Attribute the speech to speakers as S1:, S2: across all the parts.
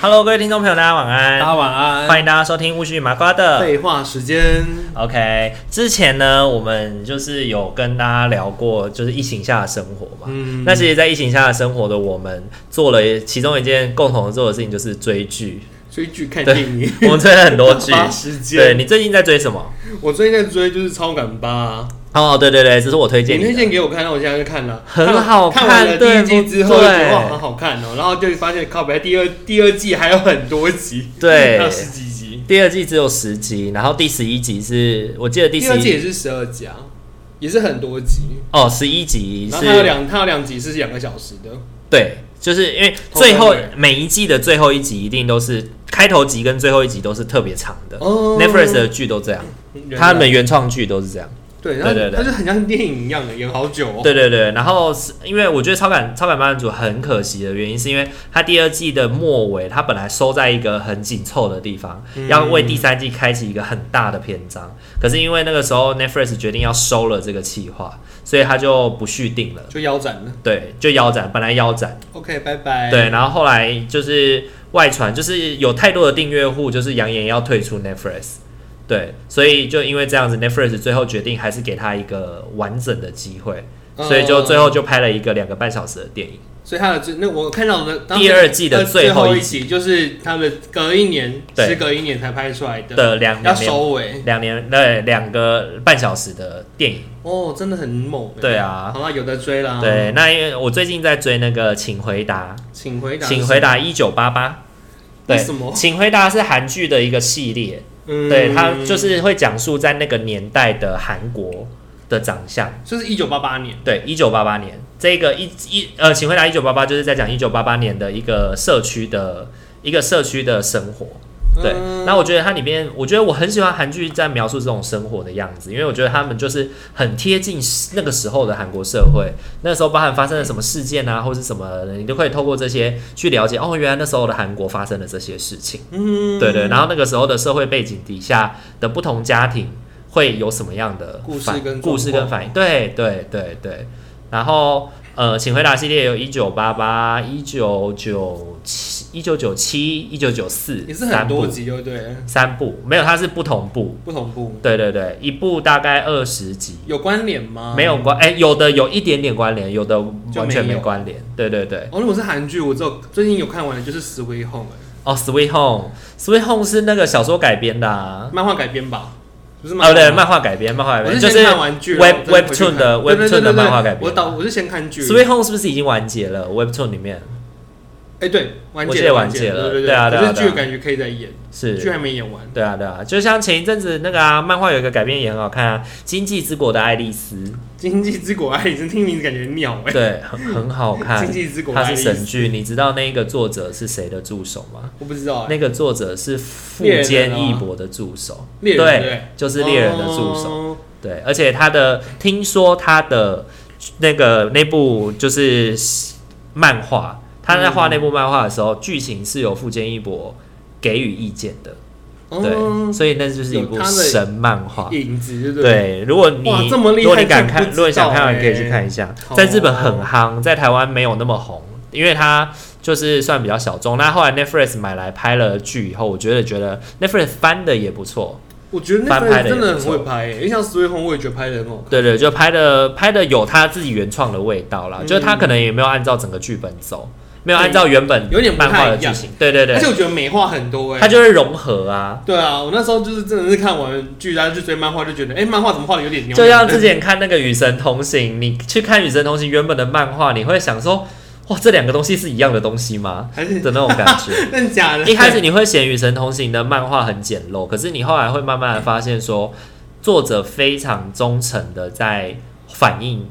S1: Hello，各位听众朋友，大家晚安，
S2: 大家晚安，
S1: 欢迎大家收听巫师与麻瓜的
S2: 废话时间。
S1: OK，之前呢，我们就是有跟大家聊过，就是疫情下的生活嘛。
S2: 嗯
S1: 那其实，在疫情下的生活的我们，做了其中一件共同做的事情，就是追 剧。
S2: 追剧看电影，
S1: 我们追了很多剧。
S2: 打发时间。
S1: 对你最近在追什么？
S2: 我最近在追就是《超感八》啊，
S1: 哦，对对对，这是我推
S2: 你
S1: 荐
S2: 推
S1: 你的。
S2: 荐给我看，那我现在就看了，
S1: 很
S2: 看完
S1: 好
S2: 看完了第一
S1: 看对
S2: 季之后，就
S1: 不
S2: 觉
S1: 对
S2: 得哇，好好看哦。然后就发现靠北，第二第二季还有很多集，
S1: 对
S2: 还有十几集，
S1: 第二季只有十集，然后第十一集是我记得第
S2: 第
S1: 十
S2: 二季
S1: 一
S2: 也是十二集啊，也是很多集。
S1: 哦，十一集
S2: 然后它有
S1: 是
S2: 两，它有两集是两个小时的，
S1: 对，就是因为
S2: 头
S1: 最后
S2: 尾尾
S1: 每一季的最后一集一定都是开头集跟最后一集都是特别长的。
S2: 哦
S1: Netflix 的剧都这样，
S2: 原来
S1: 他们原创剧都是这样。
S2: 对，然后
S1: 对对对
S2: 它就很像电影一样的，演好久哦。
S1: 对对对，然后是因为我觉得超感超感班主很可惜的原因，是因为他第二季的末尾，他本来收在一个很紧凑的地方，
S2: 嗯
S1: 要为第三季开启一个很大的篇章。可是因为那个时候 Netflix 决定要收了这个企划，所以他就不续订了。
S2: 就腰斩了。
S1: 对，就腰斩，本来腰斩。
S2: OK，拜拜。
S1: 对，，然后后来就是外传，就是有太多的订阅户就是扬言要退出 Netflix，对，所以就因为这样子，Netflix 最后决定还是给他一个完整的机会，
S2: 嗯
S1: 所以就最后就拍了一个两个半小时的电影。
S2: 哦所以他的最那我看到的当
S1: 第二季的
S2: 呃
S1: 最
S2: 最
S1: 后
S2: 一
S1: 一
S2: 集，就是他们隔一年，
S1: 对
S2: 时隔一年才拍出来的，
S1: 的两
S2: 要
S1: 两年
S2: 收尾。
S1: 两年对两个半小时的电影，
S2: 哦，真的很猛。
S1: 对，啊，
S2: 好啦，有的追啦。，
S1: 对，那因为我最近在追那个《请回答
S2: 请回》，答，
S1: 请回。答一九八八。对
S2: 为什么，
S1: 请回答是韩剧的一个系列，
S2: 哦嗯
S1: 对他就是会讲述在那个年代的韩国的长相。
S2: 嗯就是一九八八年，
S1: 对，一九八八年这个一一呃，请回答一九八八，就是在讲一九八八年的一个社区的一个社区的生活。对，
S2: 嗯
S1: 那我觉得它里面，我觉得我很喜欢韩剧在描述这种生活的样子，因为我觉得他们就是很贴近那个时候的韩国社会，那时候包含发生了什么事件啊，或是什么的，你都可以透过这些去了解。哦，原来那时候的韩国发生了这些事情。
S2: 嗯，
S1: 对对，然后那个时候的社会背景底下的不同家庭会有什么样的
S2: 故事
S1: 反
S2: 跟
S1: 故
S2: 状
S1: 事跟
S2: 况
S1: 反应？对对对对，然后呃，请回答系列有一九八八、一九九七、一九九七、一九九四，
S2: 也是
S1: 三
S2: 很
S1: 部
S2: 多集，对不对？
S1: 三部没有，它是不同部。
S2: 不同步
S1: 对对对，一部大概二十集，
S2: 有关联吗？
S1: 没有关哎、有的有一点点关联，有的
S2: 嗯就
S1: 完全
S2: 没
S1: 没
S2: 有
S1: 关联。对对对，
S2: 哦，如果是韩剧，我只有最近有看完的就是《s w e e Home》哎
S1: 哦，《Sweet Home》，《Sweet Home》是那个小说改编的啊。
S2: 漫画改编吧，不是漫
S1: 哦，对，
S2: 吗
S1: 漫画改编，漫画改
S2: 我
S1: 编
S2: 是
S1: 就
S2: 先
S1: 是
S2: 看完剧
S1: Web
S2: 然后再回去
S1: Webtoon 的
S2: 看对对对
S1: Webtoon
S2: 对
S1: 的
S2: 对
S1: 漫画改编
S2: 我导我是先看剧。
S1: Sweet Home 是不是已经完结了？Webtoon 里面
S2: 哎，对，完
S1: 我
S2: 结
S1: 记得
S2: 完
S1: 完结
S2: 了，
S1: 了
S2: 对
S1: 对啊对啊
S2: 可是
S1: 对啊
S2: 剧感觉可以再演，剧
S1: 是，
S2: 还没演完。
S1: 对啊，对啊，就像前一阵子那个啊，漫画有一个改编也很好看啊，《经济之国的爱丽丝
S2: 经济之国爱丽丝听名字感觉鸟》， 哎，
S1: 对，很很好 看
S2: 经。济之国
S1: 它
S2: 爱丽
S1: 是
S2: 丝
S1: 神，剧，你知道那个作者是谁的助手吗？
S2: 我不知道哎，
S1: 那个作者是富
S2: 猎人
S1: 坚
S2: 啊
S1: 义博的助手，
S2: 猎人对不哦对
S1: 就是猎人的助手。
S2: 手，
S1: 对，而且他的听说他的那个那部就是漫画，他在画那部漫画的时候，剧情是有富坚义博给予意见的，对，
S2: 哦
S1: 所以那就是一
S2: 有
S1: 部
S2: 他的
S1: 神漫画。
S2: 影子对不对？
S1: 对，如果你
S2: 哇这么厉害
S1: 如果你敢
S2: 这
S1: 看，
S2: 不知道
S1: 如果你想看的话，
S2: 欸哦
S1: 你可以去看一下
S2: 好，
S1: 在日本很夯，在台湾没有那么红，因为它就是算比较小众。那后来 Netflix 买来拍了剧以后，我觉得觉得 Netflix 翻的也不错，
S2: 我觉得那
S1: 翻
S2: 个
S1: 拍
S2: 人
S1: 的
S2: 真
S1: 也
S2: 的
S1: 不
S2: 很
S1: 错
S2: 会拍，哎因为像《s w e e Home》我也觉得拍的很好看。
S1: 对对，就拍的拍的有他自己原创的味道
S2: 嗯
S1: 啦，就是他可能也没有按照整个剧本走，没有按照原本
S2: 有点不太
S1: 漫
S2: 一样
S1: 画的剧情，对对
S2: 而且
S1: 对，
S2: 我觉得美化很多哎
S1: 他。就会融合啊。
S2: 对啊，我那时候就是真的是看完剧，然后去追漫画，就觉得哎，漫画怎么画的有点鸟？
S1: 就像之前看那个《与神同行》，你去看《与神同行》原本的漫画，你会想说，哇，这两个东西是一样的东西吗？
S2: 还 是
S1: 的那种感觉。
S2: 真的假的？
S1: 一开始你会嫌《与神同行》的漫画很简陋，可是你后来会慢慢的发现说，作者非常忠诚的在反映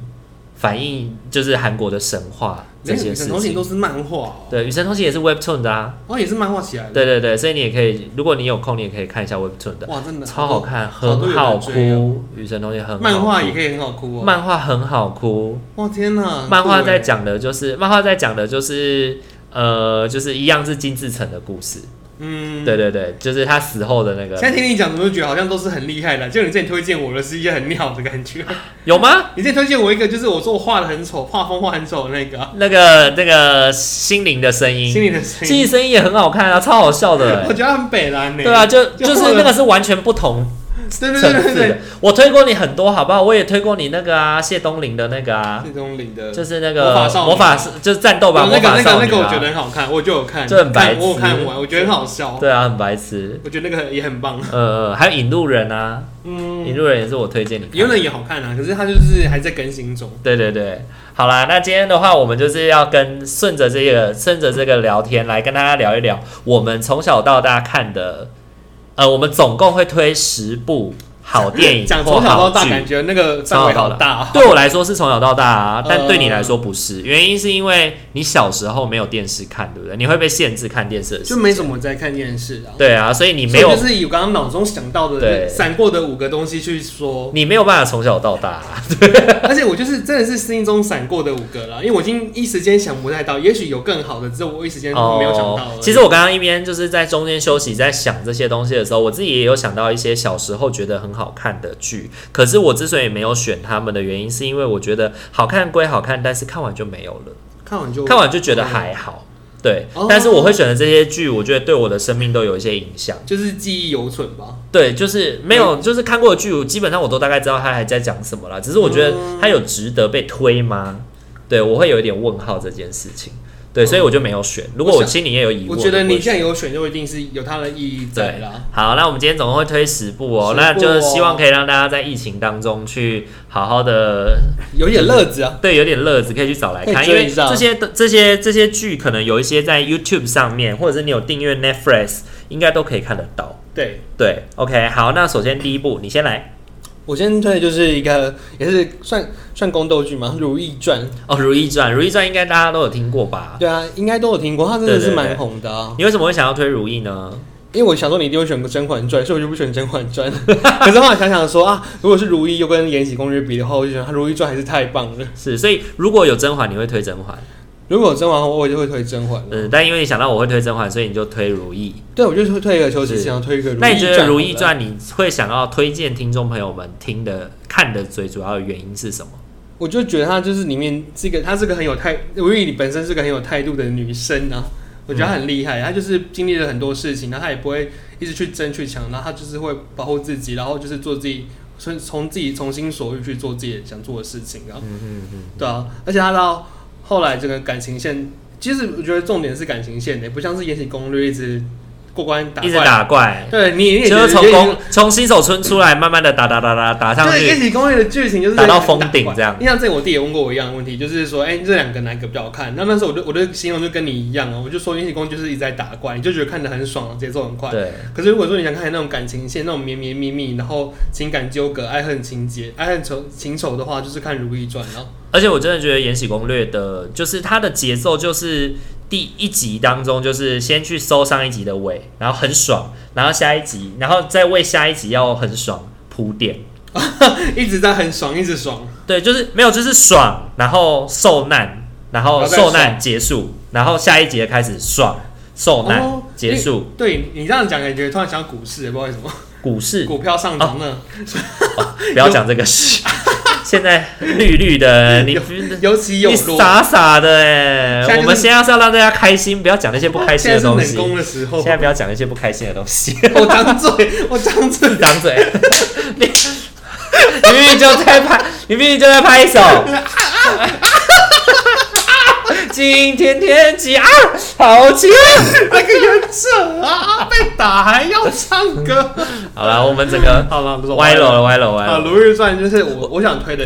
S1: 反映就是韩国的神话这
S2: 连
S1: 些
S2: 雨
S1: 事
S2: 神同行
S1: 情。
S2: 都是漫画哦，
S1: 对，《雨神同行》也是 Webtoon 的啊，
S2: 哦也是漫画起来的，
S1: 对对对，所以你也可以，如果你有空，你也可以看一下 Webtoon 的，
S2: 哇，真的
S1: 超好，看，
S2: 好多
S1: 很
S2: 有
S1: 好
S2: 人
S1: 哭，
S2: 追啊
S1: 《雨神同行》很好
S2: 漫画
S1: 哭
S2: 也可以很好哭哦，
S1: 漫画很好哭，
S2: 哇天哪，
S1: 漫画
S2: 很酷
S1: 在
S2: 耶，
S1: 讲的就是漫画在讲的就是呃，就是一样是金志成的故事，
S2: 嗯，
S1: 对。对对，就是他死后的那个
S2: 现在听你讲，怎么觉得好像都是很厉害的？就你之前推荐我的是一些很鸟的感觉。
S1: 有吗？
S2: 你之前推荐我一个，就是我说我画的很丑，画风画很丑的那个啊、
S1: 那个那个心灵的声音，
S2: 心里的声
S1: 心灵
S2: 音，
S1: 声音也很好看啊，超好笑的、
S2: 我
S1: 欸，
S2: 觉得很北蓝呢、
S1: 对啊，，就
S2: 就
S1: 就是那个是完全不同
S2: 对对对
S1: 层
S2: 对
S1: 次的
S2: 对，。
S1: 我推过你很多，好不好？我也推过你那个啊，谢东林的那个啊，
S2: 这种领的，
S1: 就是那个
S2: 魔法少女哦
S1: 魔法是就是战斗吧，
S2: 有那
S1: 魔
S2: 个
S1: 法
S2: 那
S1: 少
S2: 个
S1: 女
S2: 那个，我觉得
S1: 啊，
S2: 很好看，我就有看，
S1: 这很白
S2: 看我有
S1: 痴
S2: 看完，我觉得很好笑，
S1: 对啊，很白痴。
S2: 我觉得那个也很棒。
S1: 呃，还有引路人啊，
S2: 嗯，
S1: 引路人也是我推荐你看的。
S2: 有人也好看啊，可是它就是还在更新中。
S1: 对对对，好啦，那今天的话，我们就是要跟顺着这个顺着这个聊天来跟大家聊一聊，我们从小到大看的，呃，我们总共会推十部好 电影
S2: 讲
S1: 或
S2: 从小到
S1: 好
S2: 大，
S1: 剧
S2: 感。觉那个范围好大、哦。
S1: 对我来说是从小到大啊，但对你
S2: 呃
S1: 来说不是，原因是因为你小时候没有电视看，对不对？你会被限制看电视的时
S2: 就
S1: 间，
S2: 没什么在看电视啊。
S1: 对啊，所以你
S2: 所
S1: 没
S2: 以
S1: 有，
S2: 就是以我刚刚脑中想到
S1: 对
S2: 的闪过的五个东西去 说，
S1: 你没有办法从小到大啊、
S2: 而且我就是真的是心中闪过的五个啦，因为我已经一时间想不太到，也许有更好的，只是我一时间没有想到而已。
S1: 哦其实我刚刚一边就是在中间休息，在想这些东西的时候，我自己也有想到一些小时候觉得很好看的剧，可是我之所以没有选他们的原因，是因为我觉得好看归好看，但是看完就没有了，
S2: 看完就嗯
S1: 看完就觉得还好。对
S2: 哦，
S1: 但是我会选择这些剧，我觉得对我的生命都有一些影响。
S2: 就是记忆犹存吧。
S1: 对，就是没
S2: 嗯
S1: 有，就是看过的剧，我基本上我都大概知道他还在讲什么啦。只是我觉得他有值得被推吗？对我会有一点问号这件事情。对，所以我就没有选。如果
S2: 嗯我
S1: 我
S2: 想
S1: 心里也有疑
S2: 我
S1: 问，
S2: 觉得
S1: 不会
S2: 你
S1: 选
S2: 既然有选，就一定是有它的意义在啦。
S1: 好，那我们今天总共会推十部哦，
S2: 十部
S1: 那就是
S2: 哦
S1: 希望可以让大家在疫情当中去好好的，
S2: 有点乐子啊，
S1: 对，有点乐子，可以去找来
S2: 可
S1: 看，
S2: 以
S1: 因
S2: 追一
S1: 为
S2: 下
S1: 这些这些这些剧可能有一些在 YouTube 上面，或者是你有订阅 Netflix，应该都可以看得到。
S2: 对。
S1: 对，OK，好，那首先第一部，你先来
S2: 我先推的就是一个，也是算算宫斗剧嘛，《如懿传》。
S1: 哦，《如懿传》，《如懿传》应该大家都有听过吧？
S2: 对啊，应该都有听过，它真的
S1: 对
S2: 是
S1: 对对
S2: 蛮红的啊。
S1: 你为什么会想要推如懿呢？
S2: 因为我想说你一定会选个《甄嬛传》，所以我就不选《甄嬛传》。 可是后来想想说啊，如果是如懿又跟《延禧攻略》比的话，我就觉得《她如懿传》还是太棒了。
S1: 是，所以如果有甄嬛，你会推甄嬛，
S2: 如果有甄嬛后，我就会推甄嬛。
S1: 嗯，但因为你想到我会推甄嬛，所以你就推如懿。
S2: 对，我就是推一个求其
S1: 是
S2: 想要推一个。
S1: 那你觉得《如懿
S2: 好了？
S1: 传》你会想要推荐听众朋友们听的、看的最主要的原因是什么？
S2: 我就觉得她就是里面这个，她是个很有态，如懿本身是个很有态度的女生啊。我觉得她很厉
S1: 嗯
S2: 害，她就是经历了很多事情，然后她也不会一直去争去抢，然后她就是会保护自己，然后就是做自己，从从自己从心所欲去做自己想做的事情啊。
S1: 嗯嗯嗯，
S2: 对啊，而且他到后来这个感情线，其实我觉得重点是感情线的，不像是《延禧攻略》一直过关打
S1: 一
S2: 怪，
S1: 直打怪，
S2: 对你你也
S1: 就是从
S2: 攻
S1: 从从新手村出来，慢慢的打打打打打上
S2: 就是《延
S1: 去。
S2: 禧攻略》的剧情就是
S1: 打到
S2: 在
S1: 封顶
S2: 怪
S1: 这样
S2: 你像这我弟也问过我一样的问题，就是说，哎、这两个哪一个比较好看？那那时候我就我的形容就跟你一样啊，我就说《延禧攻略》就是一直在打怪，你就觉得看得很爽，节奏很快。
S1: 对，
S2: 可是如果说你想看那种感情线，那种绵绵密密，然后情感纠葛、爱恨情节、爱恨仇情仇的话，就是看《如懿传》了。
S1: 而且我真的觉得《延禧攻略》的，就是它的节奏就是。第一集当中，就是先去搜上一集的尾，然后很爽，然后下一集，然后再为下一集要很爽铺垫。
S2: 一直在很爽，一直爽。
S1: 对，就是没有，就是爽，然后受难，然后
S2: 然后再
S1: 受难结束，然后下一节开始爽，受难、
S2: 哦
S1: 结束。
S2: 对你这样讲，感觉突然想到股市，不知道为 什么，
S1: 股市
S2: 股票上涨呢，
S1: 哦不要讲这个事， 现在绿绿的，你
S2: 有起有
S1: 你
S2: 落。
S1: 傻傻的哎、
S2: 现在就是
S1: 我们现在是要让大家开心，不要讲那些不开心
S2: 现在
S1: 的
S2: 是
S1: 东
S2: 冷
S1: 西。
S2: 宫的时候
S1: 现，在不要讲那些不开心的东西，
S2: 我张嘴，我张嘴，
S1: 张嘴。你你明明就在拍，你明明就在拍手。 今天天气啊，好晴。
S2: 那个原者啊，被打还要唱歌。
S1: 好了，我们整 个
S2: 好了，不是
S1: 歪楼了，歪楼歪
S2: 啊，《
S1: 楼。
S2: 如懿传》就是我我想推的，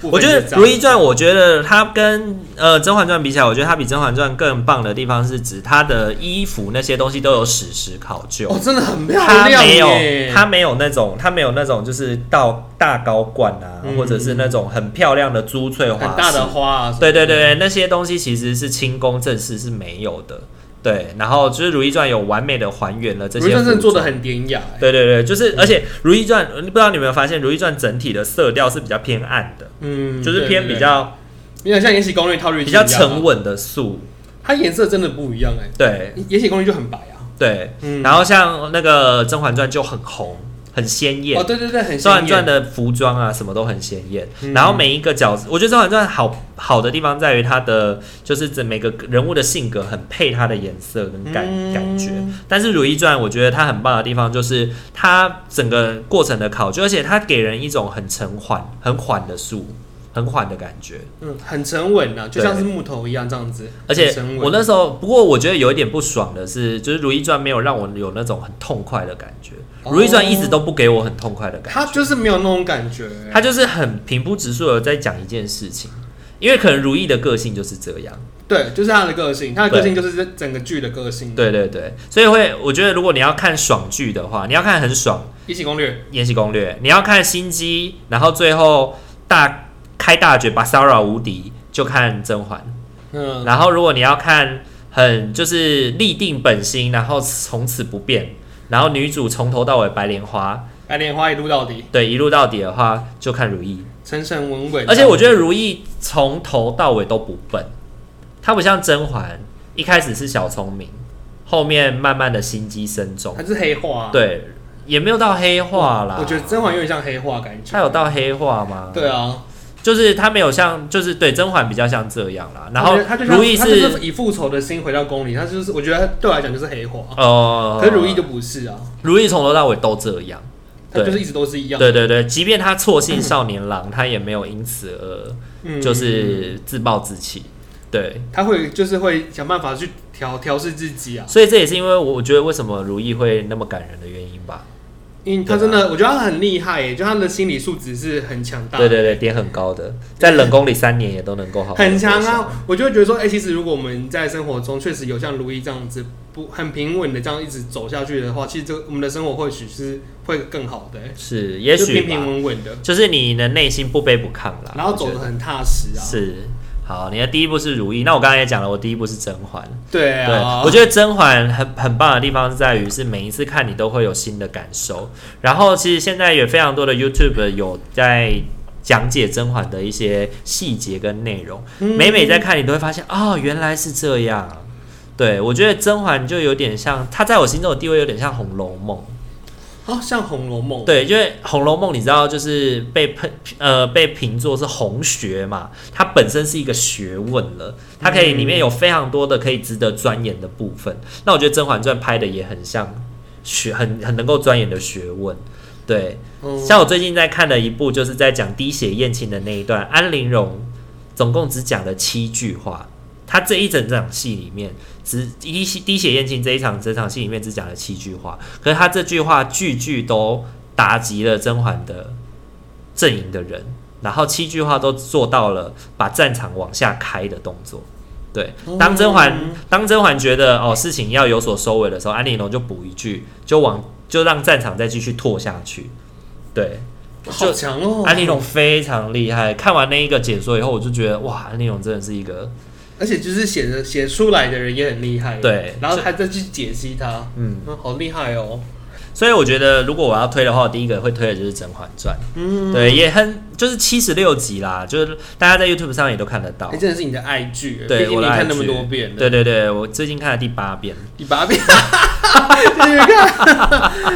S2: 部
S1: 我
S2: 分
S1: 觉
S2: 也
S1: 得
S2: 是
S1: 《
S2: 这
S1: 如
S2: 样
S1: 懿传》，我觉得它跟呃《甄嬛传》比起来，我觉得它比《甄嬛传》更棒的地方是指它的衣服那些东西都有史实考究。
S2: 哦，真的很漂
S1: 它
S2: 亮
S1: 没有
S2: 耶，
S1: 它没有那种，它没有那种，就是到大高冠啊，
S2: 嗯
S1: 或者是那种很漂亮的珠翠花
S2: 很大
S1: 饰
S2: 的花、啊，
S1: 对对对，对，那些东西其实是清宫正室是没有的。对，然后就是《如懿传》有完美的还原了这
S2: 如懿
S1: 些服
S2: 传真
S1: 装。
S2: 的做的很典雅、欸，
S1: 对对对，就是而且《如懿传》，不知道你有没有发现，《如懿传》整体的色调是比较偏暗的，
S2: 嗯，
S1: 就是
S2: 对
S1: 偏比，较
S2: 对对有点像《延禧攻略》套滤
S1: 比
S2: 镜
S1: 较
S2: 一样啊
S1: 沉，稳的素。
S2: 它颜色真的不一样哎、
S1: 对
S2: 延禧攻略》就很白啊，
S1: 对，
S2: 嗯，
S1: 然后像那个《甄嬛传》就很红，很鲜艳。
S2: 哦对对对，很
S1: 《甄嬛
S2: 鲜艳》，
S1: 传的服装啊，什么都很鲜艳。
S2: 嗯
S1: 然后每一个角色，我觉得《甄嬛传》好好的地方在于它的，就是这每个人物的性格很配它的颜色跟感、
S2: 嗯
S1: 感觉。但是《如懿传》，我觉得它很棒的地方就是它整个过程的考究，而且它给人一种很沉缓、很缓的速、很缓的感觉。
S2: 嗯，很沉稳啊，就像
S1: 对
S2: 是木头一样这样子，
S1: 而且
S2: 很沉
S1: 我
S2: 稳。
S1: 那时候，不过我觉得有一点不爽的是，就是《如懿传》没有让我有那种很痛快的感觉，
S2: 哦
S1: 《如懿传》一直都不给我很痛快的感觉。
S2: 他就是没有那种感觉、
S1: 他就是很平铺直述的在讲一件事情，因为可能如意的个性就是这样，
S2: 对，就是他的个性，他的
S1: 对
S2: 个性就是这整个剧的个性。，啊《
S1: 对对对，所以会我觉得如果你要看爽剧的话，你要看很爽
S2: 延禧攻略
S1: 《延禧攻略》，你要看心机，然后最后大开大绝把 s a r a 无敌，就看甄嬛。》，
S2: 嗯，
S1: 然后如果你要看很就是立定本心，然后从此不变，然后女主从头到尾白莲花，
S2: 白莲花一路到底，
S1: 对一路到底的话，就看如意。
S2: 沉沉稳稳。
S1: 而且我觉得如懿从头到尾都不笨，她不像甄嬛，一开始是小聪明，后面慢慢的心机深重
S2: 他，是黑化、啊，
S1: 对，也没有到黑化啦。
S2: 我觉得甄嬛有点像黑化感觉。
S1: 她有到黑化吗？
S2: 对，啊，
S1: 就是她没有像，就是对甄嬛比较像这样啦。然后
S2: 我觉得他啊就像
S1: 如懿
S2: 他
S1: 是
S2: 就是以复仇的心回到宫里，他就是我觉得他对我来讲就是黑化，啊
S1: 呃，
S2: 可是如懿就不是啊，
S1: 如懿从头到尾都这样。
S2: 他
S1: 对
S2: 就是一直都是一样。
S1: 对对对，即便她错信少年郎，她也没有因此而
S2: 嗯，
S1: 就是自暴自弃。对，
S2: 他会就是会想办法去调调试自己啊，
S1: 所以这也是因为我觉得为什么如懿会那么感人的原因吧。
S2: 因
S1: 啊
S2: 为他真的，我觉得他很厉害耶，就他的心理素质是很强大的
S1: 对。对对，点很高的，在冷宫里三年也都能够好好地
S2: 很强
S1: 过生活。
S2: 啊！我就会觉得说，哎、其实如果我们在生活中确实有像如意这样子不很平稳的这样一直走下去的话，其实这个我们的生活或许是会更好的、欸，
S1: 是，也
S2: 就
S1: 许
S2: 平
S1: 吧啊
S2: 平稳稳的，
S1: 就是你的内心不卑不亢啦，
S2: 然后
S1: 我觉
S2: 走
S1: 得
S2: 得很踏实啊。，
S1: 是。好，你的第一步是如意，那我刚才也讲了，我第一步是甄嬛。
S2: 对
S1: 对，
S2: 啊，
S1: 我觉得甄嬛很很棒的地方是在于，是每一次看你都会有新的感受。然后其实现在也非常多的 YouTube 有在讲解甄嬛的一些细节跟内容，
S2: 嗯
S1: 每每在看你都会发现，哦，原来是这样。对我觉得甄嬛就有点像，她在我心中的地位有点像《红楼梦》。
S2: 哦，像《红楼梦》
S1: 对，因为《红楼梦》你知道，就是被喷呃被评作是红学嘛，它本身是一个学问了，它可以里面有非常多的可以值得钻研的部分。那我觉得《甄嬛传》拍的也很像学，很很能够钻研的学问。对，
S2: 嗯，
S1: 像我最近在看的一部，就是在讲滴血验亲的那一段，安陵容总共只讲了七句话。她这一整场戏里面，只滴血滴血验亲这一场整场戏里面只讲了七句话，可是她这句话句句都打击了甄嬛的阵营的人，然后七句话都做到了把战场往下开的动作。对，当甄嬛、
S2: 嗯
S1: 当甄嬛觉得哦事情要有所收尾的时候，安陵容就补一句，就往就让战场再继续拓下去。对，
S2: 好强哦，
S1: 安陵容，非常厉害。看完那一个解说以后，我就觉得哇，安陵容真的是一个
S2: 而且就是写的写出来的人也很厉害，
S1: 对
S2: 然后还再去解析它，
S1: 嗯。
S2: 嗯，好厉害哦，
S1: 所以我觉得，如果我要推的话，我第一个会推的就是《甄嬛传》。嗯，对，也很就是七十六集啦，就是大家在 YouTube 上也都看得到
S2: 哎、。真的是你的爱剧耶，
S1: 对
S2: 毕竟
S1: 我
S2: 你
S1: 的
S2: 看
S1: 爱
S2: 那么
S1: 剧
S2: 多遍了，
S1: 对对对，我最近看了第八遍。
S2: 第八遍，继续看。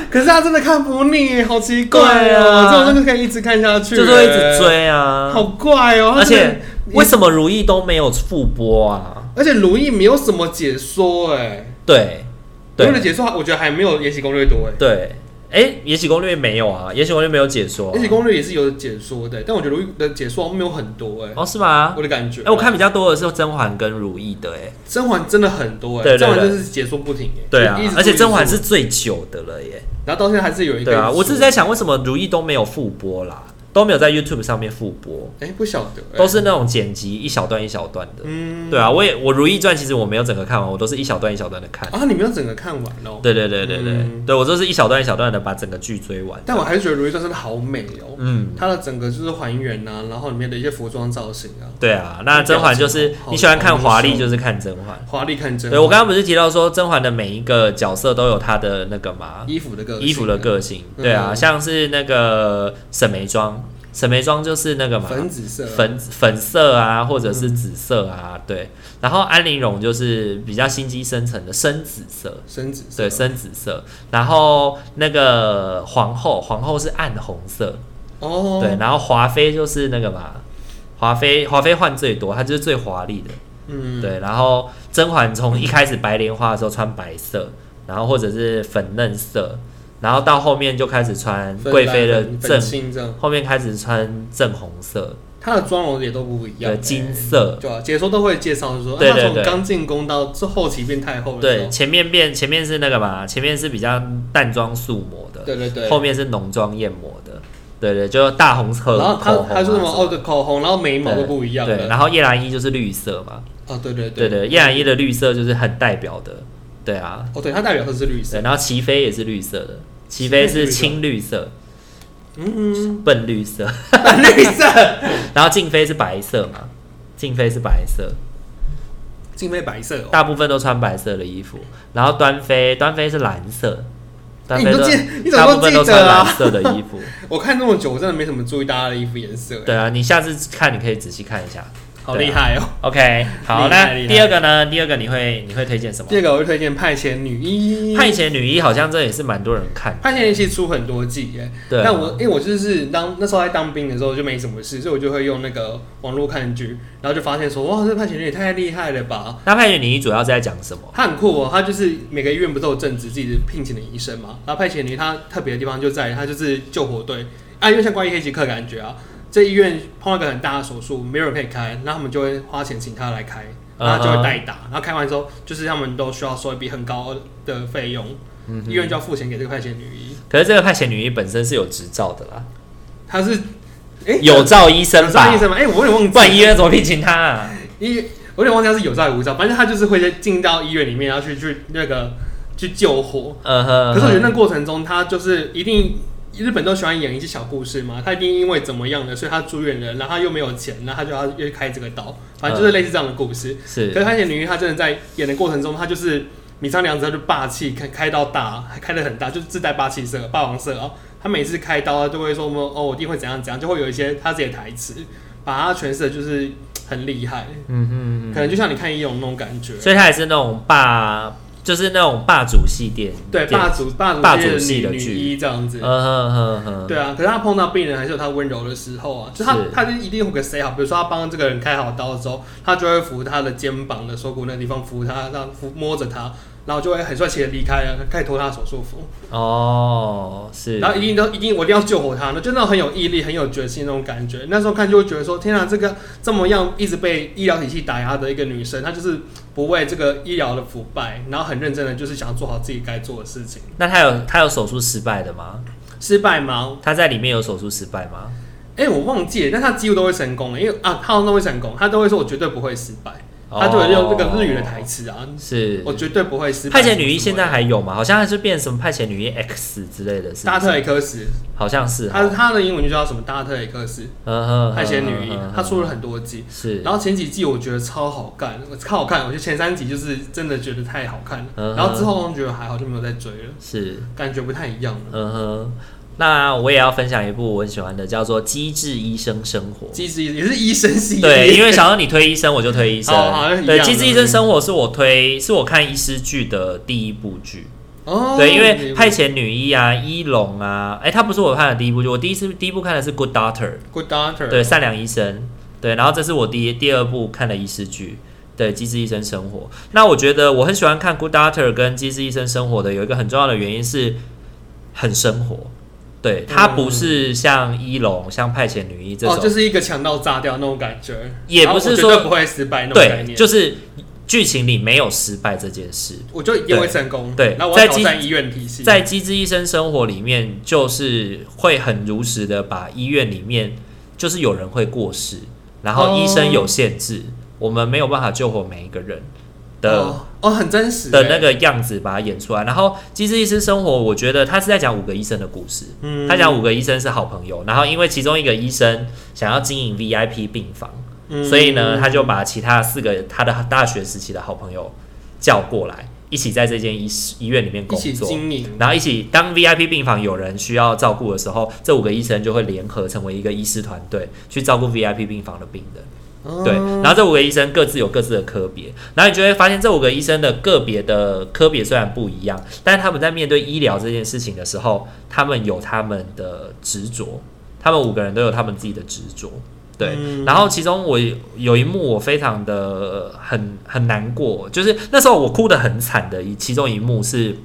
S2: 可是他真的看不腻，好奇怪
S1: 对
S2: 哦、
S1: 啊
S2: 这种真的可以一直看下去、
S1: 就是会一直，追啊。
S2: 好怪哦、
S1: 而且为
S2: 么？
S1: 什么如懿都没有复播啊？
S2: 而且《如懿》没有什么解说哎、
S1: 对，
S2: 如懿的
S1: 对，
S2: 解说我觉得还没有《延禧攻略》多哎、
S1: 对。哎，《延禧攻略》没有啊，《延禧攻略》没有解说、
S2: 延禧攻略》也是有解说的、但我觉得《如懿》的解说好像没有很多哎、
S1: 哦，是吗？
S2: 我的感觉。
S1: 哎，我看比较多的是甄嬛跟如懿的，哎，
S2: 甄嬛真的很多哎、
S1: 对对对
S2: 甄嬛真的是解说不停哎、
S1: 对啊
S2: 一直，做
S1: 而且甄嬛，
S2: 一
S1: 是
S2: 直
S1: 最久的了耶，
S2: 做然后到现在还是有一个
S1: 对啊，
S2: 人
S1: 我只是
S2: 说
S1: 在想为什么如懿都没有复播啦，都没有在 YouTube 上面复播，
S2: 哎、不晓得、哎
S1: 都是那种剪辑一小段一小段的。
S2: 嗯，
S1: 对啊，我也我《如懿传》其实我没有整个看完，我都是一小段一小段的看。
S2: 啊，你没有整个看完哦。
S1: 对对对对对，
S2: 嗯
S1: 对我都是一小段一小段的把整个剧追完。
S2: 但我还是觉得《如懿传》真的好美哦，
S1: 嗯，
S2: 它的整个就是还原啊，然后里面的一些服装造型啊，
S1: 对啊，那甄嬛就是
S2: 好
S1: 你喜欢看华丽，
S2: 好
S1: 就是看甄嬛。
S2: 华丽看真。
S1: 对我刚刚不是提到说甄嬛的每一个角色都有她的那个嘛
S2: 衣服的个性啊
S1: 衣服的个性，
S2: 嗯
S1: 对啊，像是那个沈眉庄，沈眉庄就是那个嘛
S2: 粉紫色啊，
S1: 粉粉色啊，或者是紫色啊，对。然后安陵容就是比较心机深沉的深紫色，
S2: 深紫色
S1: 对，深紫色。然后那个皇后，皇后是暗红色，
S2: 哦，
S1: 对。，然后华妃就是那个嘛，华妃华妃换最多，她就是最华丽的，
S2: 嗯，
S1: 对。然后甄嬛从一开始白莲花的时候穿白色，然后或者是粉嫩色，然后到后面就开始穿
S2: 粉
S1: 贵妃的
S2: 蓝粉
S1: 正
S2: 粉，青这样，
S1: 后面开始穿正红色，
S2: 她的妆容也都不一样，
S1: 对，金色。
S2: 对啊，解说都会介绍说，啊
S1: 对对
S2: 她从
S1: 对
S2: 刚进宫到最后期变太后的时
S1: 对，
S2: 候，
S1: 前面变前面是那个嘛，前面是比较淡妆素抹的，
S2: 对对对，
S1: 后面是浓妆艳抹的，对对，就大红色
S2: 然后
S1: 口红
S2: 她
S1: 啊、
S2: 她说什么
S1: 什
S2: 哦，对，口红，然后眉毛都不一样
S1: 对，
S2: 的，
S1: 然后叶澜依就是绿色嘛，
S2: 哦，对对
S1: 对
S2: 对，
S1: 对，叶澜依的绿色就是很代表的，对啊，
S2: 哦，对，她代表的是绿
S1: 对，
S2: 色，
S1: 然后齐妃也是绿色的，齐妃是青绿色，
S2: 嗯，
S1: 笨绿色，
S2: 绿色，
S1: 然后静妃是白色嘛，静妃是白色，
S2: 静妃白色哦，
S1: 大部分都穿白色的衣服，然后端妃端妃是蓝色，端
S2: 哎
S1: 妃
S2: 你都
S1: 都
S2: 记你怎么
S1: 大
S2: 都
S1: 部分
S2: 记
S1: 都
S2: 得
S1: 穿
S2: 啊
S1: 蓝色的衣 服。
S2: 我看那么久，我真的没什么注意大家的衣服颜色，哎
S1: 对啊，你下次看你可以仔细看一下。
S2: 好厉害哦。
S1: OK，好，
S2: 厉害
S1: 那
S2: 厉害
S1: 第二个呢？第二个你会你会推荐什么
S2: 第？二个我会推荐派遣女医，
S1: 派遣女医好像这也是蛮多人看，
S2: 派遣女医其实出很多季耶，
S1: 对啊
S2: 但我因为我就是当那时候在当兵的时候就没什么事，所以我就会用那个网络看剧，然后就发现说哇，这派遣女也太厉害了吧！
S1: 那派遣女医主要是在讲什么？
S2: 她很酷哦，她就是每个医院不都有正职自己的聘请的医生嘛，然后派遣女她特别的地方就在于她就是救火队啊，因为像关于黑吉克感觉啊，这医院碰到一个很大的手术，没有人可以开，那他们就会花钱请她来开，然后她就
S1: 嗯哼
S2: 会代打，然后开完之后就是他们都需要收一笔很高的费用，
S1: 嗯
S2: 医院就要付钱给这个派遣女医，
S1: 可是这个派遣女医本身是有执照的 啦，
S2: 她是哎、
S1: 有照医生
S2: 有照
S1: 吧
S2: 医？生吗？哎、我有点忘记，
S1: 不然医院怎么聘请她啊？
S2: 医我有点忘记他是有照还是无照，反正他就是会在进到医院里面，然后去去那个去救火。
S1: 嗯哼，
S2: 可是我觉得那过程中，他就是一定日本都喜欢演一些小故事嘛，他一定因为怎么样的，所以他住院了，然后他又没有钱，然后他就要又开这个刀，反正就是类似这样的故事。可
S1: 是
S2: 是他演女医，他真的在演的过程中，他就是米仓凉子，他就霸气开开到大，还开的很大，就是自带霸气色、霸王色啊。他每次开刀，他都会说么哦，我一定会怎样怎样，就会有一些他自己的台词，把他诠释的就是很厉害。嗯哼可能就像你看医勇那种感觉，
S1: 所以她也是那种霸，就是那种霸主系列，
S2: 对霸主霸主
S1: 霸
S2: 界
S1: 主系的
S2: 女女
S1: 剧
S2: 医这样子
S1: 嗯。哼哼哼，
S2: 对啊，可是他碰到病人还是有他温柔的时候啊，就他
S1: 是
S2: 他就一定会给谁好，比如说他帮这个人开好刀的时候，他就会扶他的肩膀的锁骨那地方扶他，让扶摸着他，然后就会很帅气的离开了，开始脱他的手术服，
S1: 哦，是
S2: 然后一定都一定我一定要救活他，那就那种很有毅力、很有决心那种感觉。那时候看就会觉得说，天啊，这个这么样一直被医疗体系打压的一个女生，她就是不为这个医疗的腐败，然后很认真的就是想要做好自己该做的事情。
S1: 那她有她有手术失败的吗？
S2: 失败吗？
S1: 她在里面有手术失败吗？
S2: 哎、我忘记了，但他几乎都会成功了，因为啊，他好像都会成功，他都会说我绝对不会失败，他就有用这个日语的台词啊，
S1: 是
S2: 我绝对不会失败。
S1: 哦派遣女医现在还有吗？好像是变什么派遣女医 X 之类的，是
S2: 达
S1: 不
S2: 特
S1: 是？
S2: 雷克斯，
S1: 好像是
S2: 他
S1: 哈，
S2: 他的英文就叫什么达特雷克斯
S1: 嗯哼
S2: 派遣女医
S1: 嗯哼，
S2: 他出了很多季，
S1: 是
S2: 然后前几季我觉得超好看，超好看，我觉得前三集就是真的觉得太好看
S1: 嗯
S2: 了，然后之后好像觉得还好，就没有再追了，
S1: 是，
S2: 感觉不太一样了。
S1: 嗯哼。那我也要分享一部我很喜欢的，叫做《机智医生生活》。
S2: 机智也是医生系列，
S1: 对，因为想要你推医生，我就推医生
S2: 好好像。一
S1: 对，《
S2: 样啊
S1: 机
S2: 的
S1: 智医生生活》是我推，是我看医师剧的第一部剧。
S2: 哦，
S1: 对，因为派遣女医啊、医龙啊，哎，他不是我看的第一部剧，我第一次第一部看的是《Good Doctor》。
S2: Good Doctor，
S1: 对，善良医生，对，然后这是我第一第二部看的医师剧，对，《机智医生生活》。那我觉得我很喜欢看《Good Doctor》跟《机智医生生活》的，有一个很重要的原因是很生活，对，它
S2: 嗯
S1: 不是像医龙、像派遣女医
S2: 哦
S1: 这种，
S2: 哦，就是一个强到炸掉那种感觉，
S1: 也不是
S2: 然后
S1: 说
S2: 我绝对不会失败那种概
S1: 对，
S2: 念，
S1: 就是剧情里没有失败这件事。
S2: 我就一定会成功。
S1: 对对
S2: 然后我要
S1: 在
S2: 挑
S1: 基
S2: 战医院体系，
S1: 在《机智医生生活》里面，就是会很如实的把医院里面就是有人会过世，然后医生有限制，我们没有办法救活每一个人的、
S2: 哦哦，很真实
S1: 的那
S2: 个，
S1: 个样子把它演出来。然后《机智医生生活》，我觉得他是在讲五个医生的故事。
S2: 嗯
S1: 他讲五个医生是好朋友，然后因为其中一个医生想要经营 VIP 病房，
S2: 嗯
S1: 所以呢，他就把其他四个他的大学时期的好朋友叫过来，一起在这间医医院里面
S2: 一
S1: 工
S2: 起
S1: 作。
S2: 经营，
S1: 然后一起当 VIP 病房有人需要照顾的时候，这五个医生就会联合成为一个医师团队去照顾 VIP 病房的病人。
S2: 嗯哦
S1: 对，然后这五个医生各自有各自的科别，然后你就会发现这五个医生的个别的科别虽然不一样，但是他们在面对医疗这件事情的时候，他们有他们的执着，他们五个人都有他们自己的执着。对，
S2: 嗯
S1: 然后其中我有一幕我非常的呃很很难过，就是那时候我哭得很惨的一其中一幕是，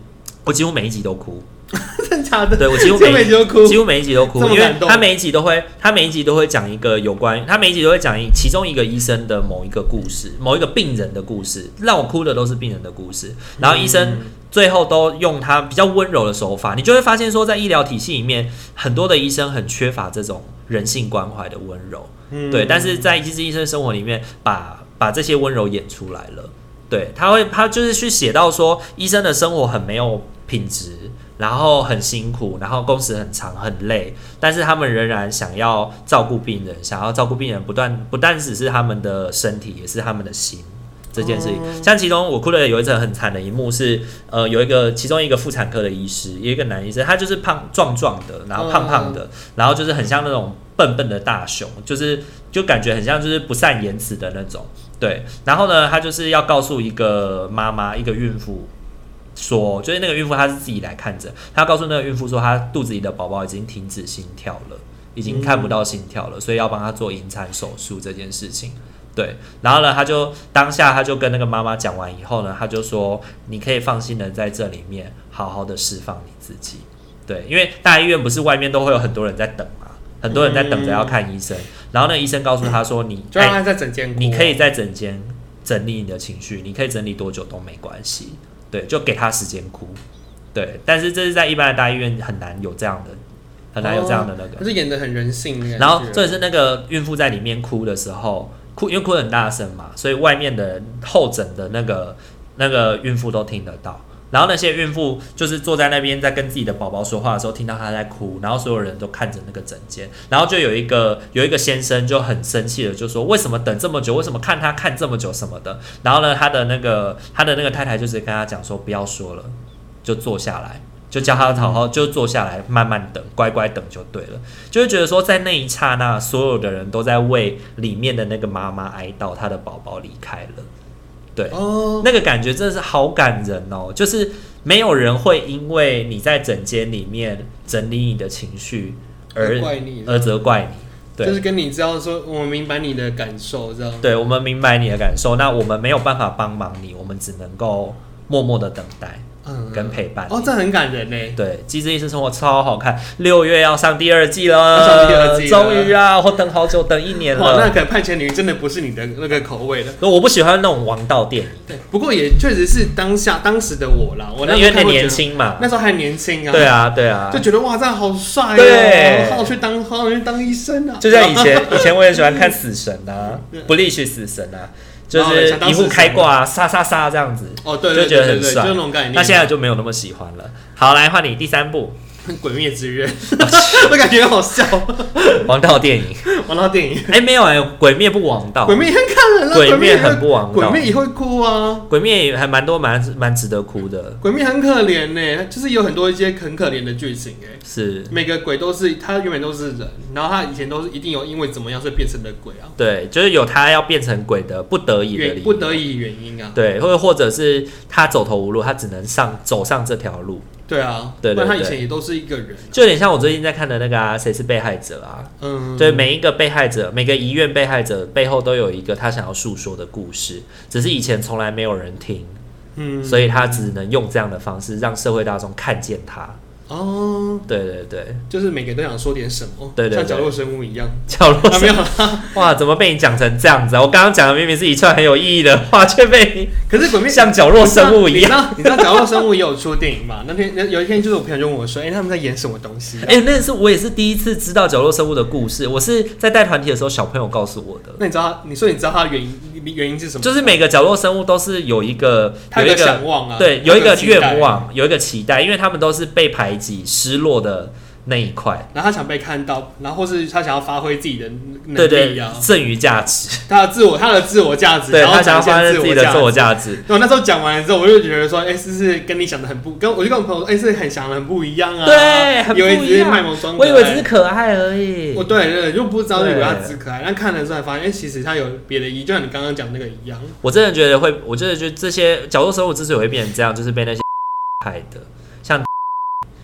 S1: 我几乎每一集都 哭，
S2: 真假的，
S1: 对我几乎每
S2: 每集都哭，
S1: 几乎每一集都哭
S2: 这，么
S1: 因为
S2: 感动
S1: 他每一集都会，他每一集都会讲一个有关，他每一集都会讲一其中一个医生的某一个故事，某一个病人的故事，让我哭的都是病人的故事。然后医生最后都用他比较温柔的手法，你就会发现说，在医疗体系里面，很多的医生很缺乏这种人性关怀的温柔。
S2: 嗯
S1: 对，但是在《机智医生生活》里面把把这些温柔演出来了。对，他会他就是去写到说，医生的生活很没有品质，然后很辛苦，然后工时很长很累，但是他们仍然想要照顾病人，想要照顾病人，不断不但只是他们的身体，也是他们的心。这件事情，像其中我哭的有一层很惨的一幕是，呃，有一个其中一个妇产科的医师，有一个男医生，他就是胖壮壮的，然后胖胖的，然后就是很像那种笨笨的大熊，就是就感觉很像就是不善言辞的那种。对，然后呢，他就是要告诉一个妈妈，一个孕妇。说，就是那个孕妇她是自己来看着，她告诉那个孕妇说，她肚子里的宝宝已经停止心跳了，已经看不到心跳了，所以要帮她做引产手术这件事情。对，然后呢，他就当下他就跟那个妈妈讲完以后呢，他就说，你可以放心的在这里面好好的释放你自己。对，因为大医院不是外面都会有很多人在等嘛，很多人在等着要看医生，然后那个医生告诉他说，
S2: 嗯
S1: 你哎
S2: 就让他在整间，啊
S1: 你可以在整间整理你的情绪，你可以整理多久都没关系，对，就给他时间哭，对。但是这是在一般的大医院很难有这样的，很难有这样的那
S2: 他
S1: 个。
S2: 是演的很人性的感觉，
S1: 然后这是那个孕妇在里面哭的时候，哭因为哭得很大声嘛，所以外面的候诊的那个那个孕妇都听得到。然后那些孕妇就是坐在那边在跟自己的宝宝说话的时候，听到她在哭，然后所有人都看着那个诊间，然后就有一个有一个先生就很生气的就说为什么等这么久，为什么看他看这么久什么的。然后呢，他的那个他的那个太太就直接跟他讲说不要说了，就坐下来，就叫他好好就坐下来，慢慢等，乖乖等就对了。就会觉得说，在那一刹那，所有的人都在为里面的那个妈妈哀悼，她的宝宝离开了。对，
S2: 哦，
S1: 那个感觉真的是好感人哦，就是没有人会因为你在整间里面整理你的情绪而
S2: 而怪你
S1: 而责怪你。对，
S2: 就是跟你知道说，我明白你的感受，这样，
S1: 对，我们明白你的感受，那我们没有办法帮忙你，我们只能够默默的等待
S2: 嗯
S1: 跟陪伴你。
S2: 哦，这很感人呢。
S1: 对，《机智医生生活》超好看，六月要上第二季了，
S2: 要上第二季了
S1: 终于啊，我等好久，等一年
S2: 哇，那
S1: 了。
S2: 可能派遣女真的不是你的那个口味了。
S1: 我不喜欢那种王道电影，
S2: 对，不过也确实是当下当时的我啦，我那时候
S1: 因为
S2: 看会觉
S1: 那
S2: 得
S1: 年，轻嘛。
S2: 那时候还年轻啊，
S1: 对，啊，对啊
S2: 就，觉得哇，这样好帅
S1: 对
S2: 哦，好去当，好去当医生啊，
S1: 就像以前，以前我也喜欢看死神 啊，不利许死神啊，就
S2: 哦
S1: 是
S2: 想当
S1: 一
S2: 死
S1: 户
S2: 神
S1: 开挂啊，杀杀杀这样子，
S2: 哦，对
S1: 就
S2: 对
S1: 觉得
S2: 对对
S1: 很
S2: 对，
S1: 帅
S2: 就那种概念。
S1: 那现在就没有那么喜欢了。好，来换你第三部
S2: 《鬼灭之刃》，我感觉好笑，
S1: 王道电 影。
S2: 玩到电影《
S1: 哎、没有哎、鬼灭不王道，
S2: 鬼灭》很看人了，
S1: 哦鬼
S2: 《
S1: 灭
S2: 灭》
S1: 很不王道
S2: 鬼灭也会哭啊，
S1: 鬼灭也还蛮多蛮蛮值得哭的，
S2: 《鬼灭》很可怜呢，就是有很多一些很可怜的剧情哎。
S1: 是
S2: 每个鬼都是他原本都是人，然后他以前都是一定有因为怎么样所以变成了鬼啊，
S1: 对，就是有他要变成鬼的不得已的理
S2: 原
S1: 由，
S2: 不得已原因啊，
S1: 对，或或者是他走投无路，他只能上走上这条路，
S2: 对啊，
S1: 对对
S2: 不然他
S1: 对
S2: 以前也都是一个人啊、
S1: 就有点像我最近在看的那个啊，谁是被害者啊？
S2: 嗯，
S1: 对，每一个被害者，每个遗愿被害者背后都有一个他想要诉说的故事，只是以前从来没有人听，
S2: 嗯，
S1: 所以他只能用这样的方式让社会大众看见他。
S2: 哦，
S1: 对对对，
S2: 就是每个人都想说点什么，
S1: 对对
S2: 像
S1: 对
S2: 角落生物一 样。
S1: 角落
S2: 啊，没有
S1: 生，哇，怎么被你讲成这样子啊？我刚刚讲的明明是一串很有意义的话，却被你
S2: 可是鬼灭
S1: 像角落生物一 样。
S2: 样。你知道你知道角落生物也有出电影嘛？那天那有一天就是我朋友就问我说：“哎、他们在演什么东西、啊
S1: 哎、那是我也是第一次知道角落生物的故事，我是在带团体的时候小朋友告诉我的，
S2: 那你知道他？你说你知道它的原因原因是什么？
S1: 就是每个角落生物都是有一个
S2: 他
S1: 有一
S2: 有
S1: 个
S2: 想望啊，
S1: 对有一
S2: 他
S1: 个
S2: 期待
S1: 愿，望，有一个期待，因为他们都是被排挤、失落的那一块，
S2: 然后他想被看到，然后或是他想要发挥自己的
S1: 对
S2: 能
S1: 对
S2: 力啊，，
S1: 剩余价值，
S2: 他的自我他的自我价值，
S1: 对
S2: 然后
S1: 他想要发
S2: 展现
S1: 挥自己的自
S2: 我
S1: 我
S2: 价值。
S1: 价值。
S2: 我那时候讲完了之后，我就觉得说，哎、是不是跟你想的很不，跟我就跟我朋友说，哎、是很想的很不一样啊。
S1: 对很不一
S2: 以
S1: 样
S2: 为只是卖萌装可
S1: 我
S2: 爱，
S1: 以为只是可爱而已
S2: 我。对对，就不知道以为他
S1: 对
S2: 只是可爱，但看了之后才发现，哎、其实他有别的意义，就像你刚刚讲那个一样。
S1: 我真的觉得会，我真的觉得这些角落生物之所以会变成这样，就是被那些 害的。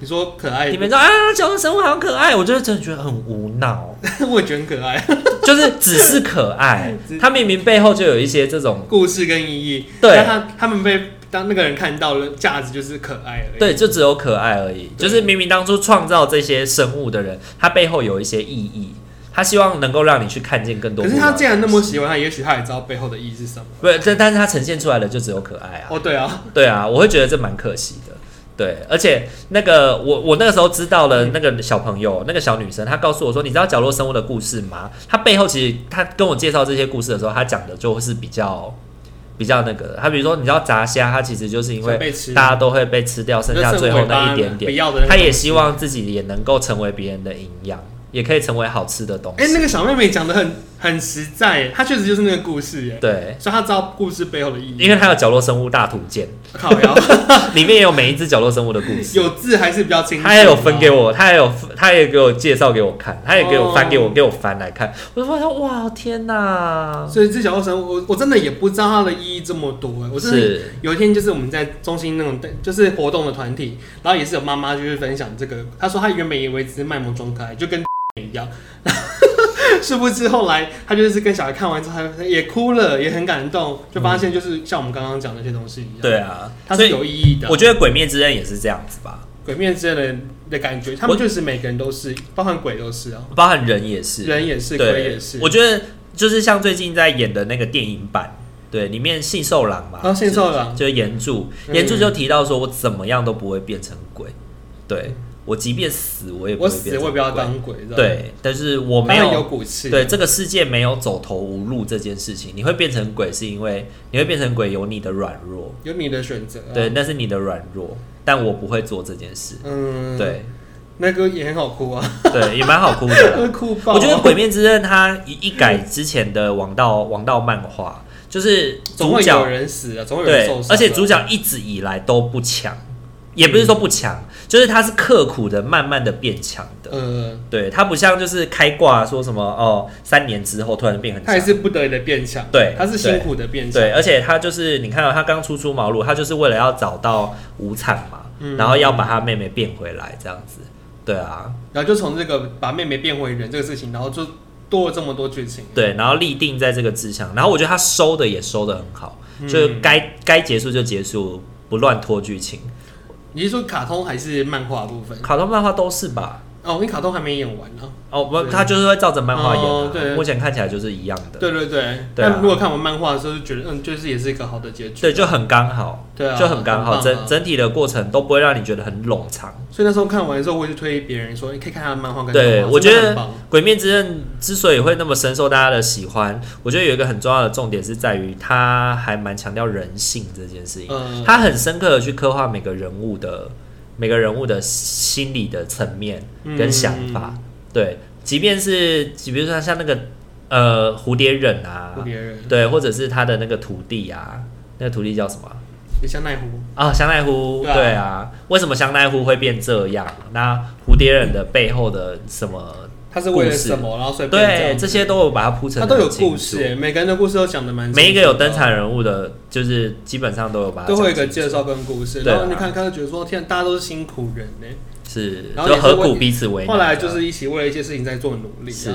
S2: 你说可爱
S1: 你，们知道啊，角落生物好可爱，我就是真的觉得很无脑，
S2: 我也觉得很可爱，
S1: 就是只是可爱
S2: 只，
S1: 它明明背后就有一些这种
S2: 故事跟意义。
S1: 对
S2: 但他他们被当那个人看到了价值就是可爱而已。
S1: 对，就只有可爱而已。
S2: 对
S1: 就是明明当初创造这些生物的人，他背后有一些意义，他希望能够让你去看见更多
S2: 可
S1: 不一
S2: 是
S1: 样的
S2: 他
S1: 东
S2: 既
S1: 西。
S2: 然那么喜欢他，也许他也知道背后的意义是什么。
S1: 不是，但但是他呈现出来的就只有可爱啊。
S2: 哦，对啊，
S1: 对啊，我会觉得这蛮可惜的。对，而且那个我我那个时候知道了那个小朋友，那个小女生，她告诉我说，你知道角落生物的故事吗？她背后其实她跟我介绍这些故事的时候，她讲的就是比较比较那个的，她比如说你知道炸虾，它其实就是因
S2: 想
S1: 为
S2: 被吃，
S1: 大家都会被吃掉，剩下最后那一点点
S2: 不。要的那个东西。
S1: 他也希望自己也能够成为别人的营养，也可以成为好吃的东西。
S2: 哎、 那个小妹妹讲的很很实在耶，她确实就是那个故事耶，
S1: 对，
S2: 所以她知道故事背后的意义。
S1: 因为它有角落生物大图鉴，
S2: 靠 腰
S1: 里面也有每一只角落生物的故事。
S2: 有字还是比较清楚。
S1: 他也有分给，我，他也有他也给我介绍给我看，他也给我翻给我
S2: 哦
S1: 给我翻来看，我就发现哇天哪！
S2: 所以这小后生我我真的也不知道它的意义这么多哎，我真的
S1: 是
S2: 有一天就是我们在中心那种就是活动的团体，然后也是有妈妈就是分享这个，她说她原本以为只是卖萌装可爱，就跟一样。殊不知后来她就是跟小孩看完之后，她也哭了，也很感动，就发现就是像我们刚刚讲的那些东西一样，
S1: 对，啊，
S2: 它
S1: 所
S2: 是
S1: 以
S2: 有意义的。
S1: 我觉得《鬼灭之刃》也是这样子吧，
S2: 鬼面之人的感觉，他
S1: 我
S2: 们就是每个人都是，包含鬼都是啊，
S1: 包含人也是，
S2: 人也是，鬼
S1: 对，
S2: 也是。
S1: 我觉得就是像最近在演的那个电影版，对，里面啊信受郎嘛，
S2: 然后信受郎
S1: 就是岩柱，
S2: 嗯
S1: 岩柱就提到说，我怎么样都不会变成鬼，对我即便死，我也不
S2: 我
S1: 会变
S2: 死
S1: 成
S2: 我
S1: 鬼
S2: 也不要当鬼，知道吗，
S1: 对，但是我没
S2: 当然有
S1: 有。
S2: 骨气，
S1: 对这个世界没有走投无路这件事情，你会变成鬼是因为你会变成鬼有你的软弱，
S2: 有你的选择、啊，
S1: 对，，那是你的软弱，但我不会做这件事，
S2: 嗯，，
S1: 对
S2: 那个也很好哭啊，
S1: 对，也蛮好哭的啦。
S2: 哭爆啊、
S1: 我觉得《鬼灭之刃》它一一改之前的王道王道漫画，就是
S2: 总
S1: 主
S2: 会有
S1: 角
S2: 人死啊，总会有人
S1: 对
S2: 受伤、啊，，
S1: 而且主角一直以来都不强，也不是说不强，就是他是刻苦的，慢慢的变强的。
S2: 呃，
S1: 对他不像就是开挂说什么哦，三年之后突然变很
S2: 他也
S1: 强。
S2: 是不得已的变强，
S1: 对
S2: 他是辛苦的变强，
S1: 对，而且他就是你看到啊他刚初出茅庐，他就是为了要找到无惨嘛，
S2: 嗯
S1: 然后要把他妹妹变回来这样子。对啊，
S2: 然后就从这个把妹妹变回人这个事情，然后就多了这么多剧情，
S1: 对，然后立定在这个志向，然后我觉得他收的也收的很好，
S2: 嗯
S1: 就该该结束就结束，不乱拖剧情。
S2: 你是说卡通还是漫画部分？
S1: 卡通漫画都是吧？
S2: 哦，因为卡通还没演完啊呢、
S1: 哦，不，
S2: 对
S1: 他就是会照着漫画演、啊
S2: 哦对
S1: 目前看起来就是一样的，
S2: 对对对，
S1: 对啊
S2: 但如果看完漫画的时候，就觉得嗯，就是也是一个好的结局。
S1: 对，就很刚好，
S2: 对啊
S1: 就很刚好，
S2: 很棒啊
S1: 整整体的过程都不会让你觉得很冗长。
S2: 所以那时候看完之后，我就推别人说，你哎可以看他的漫画跟动画。
S1: 对，我觉
S2: 真的
S1: 得
S2: 很
S1: 《
S2: 棒
S1: 鬼灭之刃》之所以会那么深受大家的喜欢，我觉得有一个很重要的重点是在于，它还蛮强调人性这件事情。
S2: 嗯，
S1: 他很深刻的去刻画每个人物的每个人物的心理的层面
S2: 嗯呃
S1: 跟想法。啊对，即便是比如说像那个呃蝴蝶忍啊
S2: 嗯不，别人
S1: 对，或者是他的那个徒弟啊，那个徒弟叫什么啊？
S2: 也像奈虎，
S1: 啊，香奈乎，
S2: 对啊
S1: 对啊，为什么香奈乎会变这样？那蝴蝶忍的背后的什么？
S2: 他是为了
S1: 故事
S2: 什么，然后所以变成
S1: 对，
S2: 样子
S1: 这些都有把它铺成
S2: 他
S1: 得
S2: 都有
S1: 很清
S2: 故
S1: 楚
S2: 事，欸，每个人的故事都讲的蛮清楚的，
S1: 每一个有登场人物的，就是基本上都有把它
S2: 都会有一
S1: 讲
S2: 个
S1: 清楚
S2: 介绍跟故事，
S1: 对啊
S2: 然后你看看就觉得说，天啊，大家都是辛苦人呢。
S1: 是，
S2: 然后也
S1: 就是何苦
S2: 为
S1: 彼此为难？
S2: 后来就是一起为了一些事情在做努力、啊。
S1: 是，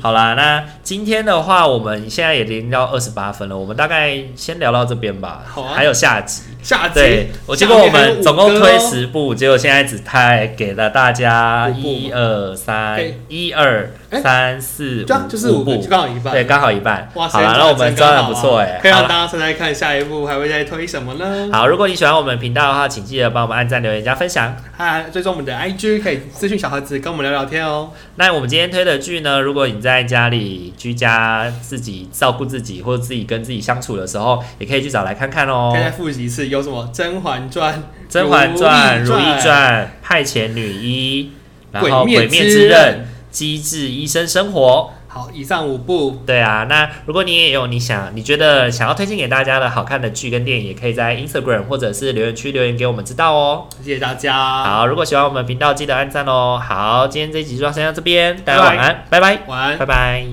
S1: 好啦，那今天的话，我们现在也零到二十八分了，我们大概先聊到这边吧。
S2: 好啊
S1: 还有下集。
S2: 下集
S1: 对，我结果我们总共推，十部，结果现在只太给了大家
S2: 五部
S1: 一二三
S2: 对，
S1: 一二
S2: 哎
S1: 三四
S2: 下面还有五个哦对啊
S1: 五，
S2: 就是五个，
S1: 部
S2: 就，刚好一半。
S1: 对，刚好一半。
S2: 哦哇
S1: 好
S2: 塞，
S1: 了，
S2: 这
S1: 那我们
S2: 真
S1: 抓
S2: 刚
S1: 的
S2: 好
S1: 不
S2: 啊
S1: 错哎。
S2: 可以
S1: 好
S2: 让
S1: 啦
S2: 大家猜猜看下一步还会再推什么呢？
S1: 好，如果你喜欢我们频道的话，请记得帮我们按赞、留言、加分享。
S2: 嗨，追踪我们的 IG，可以私讯小盒子跟我们聊聊天哦。
S1: 那我们今天推的剧呢，如果你在家里居家自己照顾自己，或者自己跟自己相处的时候，也可以去找来看看哦
S2: 可以。再啊复习一次，有什么《甄嬛传》《
S1: 《甄嬛传》《如
S2: 如
S1: 懿
S2: 懿
S1: 传》《派遣女医》，然后《
S2: 鬼
S1: 鬼
S2: 灭
S1: 灭
S2: 之
S1: 之刃
S2: 刃》
S1: 《机智医生生活》。
S2: 好，以上五部，
S1: 对啊，那如果你也有你想你觉得想要推荐给大家的好看的剧跟电影，也可以在 Instagram 或者是留言区留言给我们知道哦。
S2: 谢谢大家。，
S1: 好，如果喜欢我们频道，记得按赞哦。好，今天这一集就先到这边，大家晚安，拜拜，
S2: 晚安。
S1: 拜拜。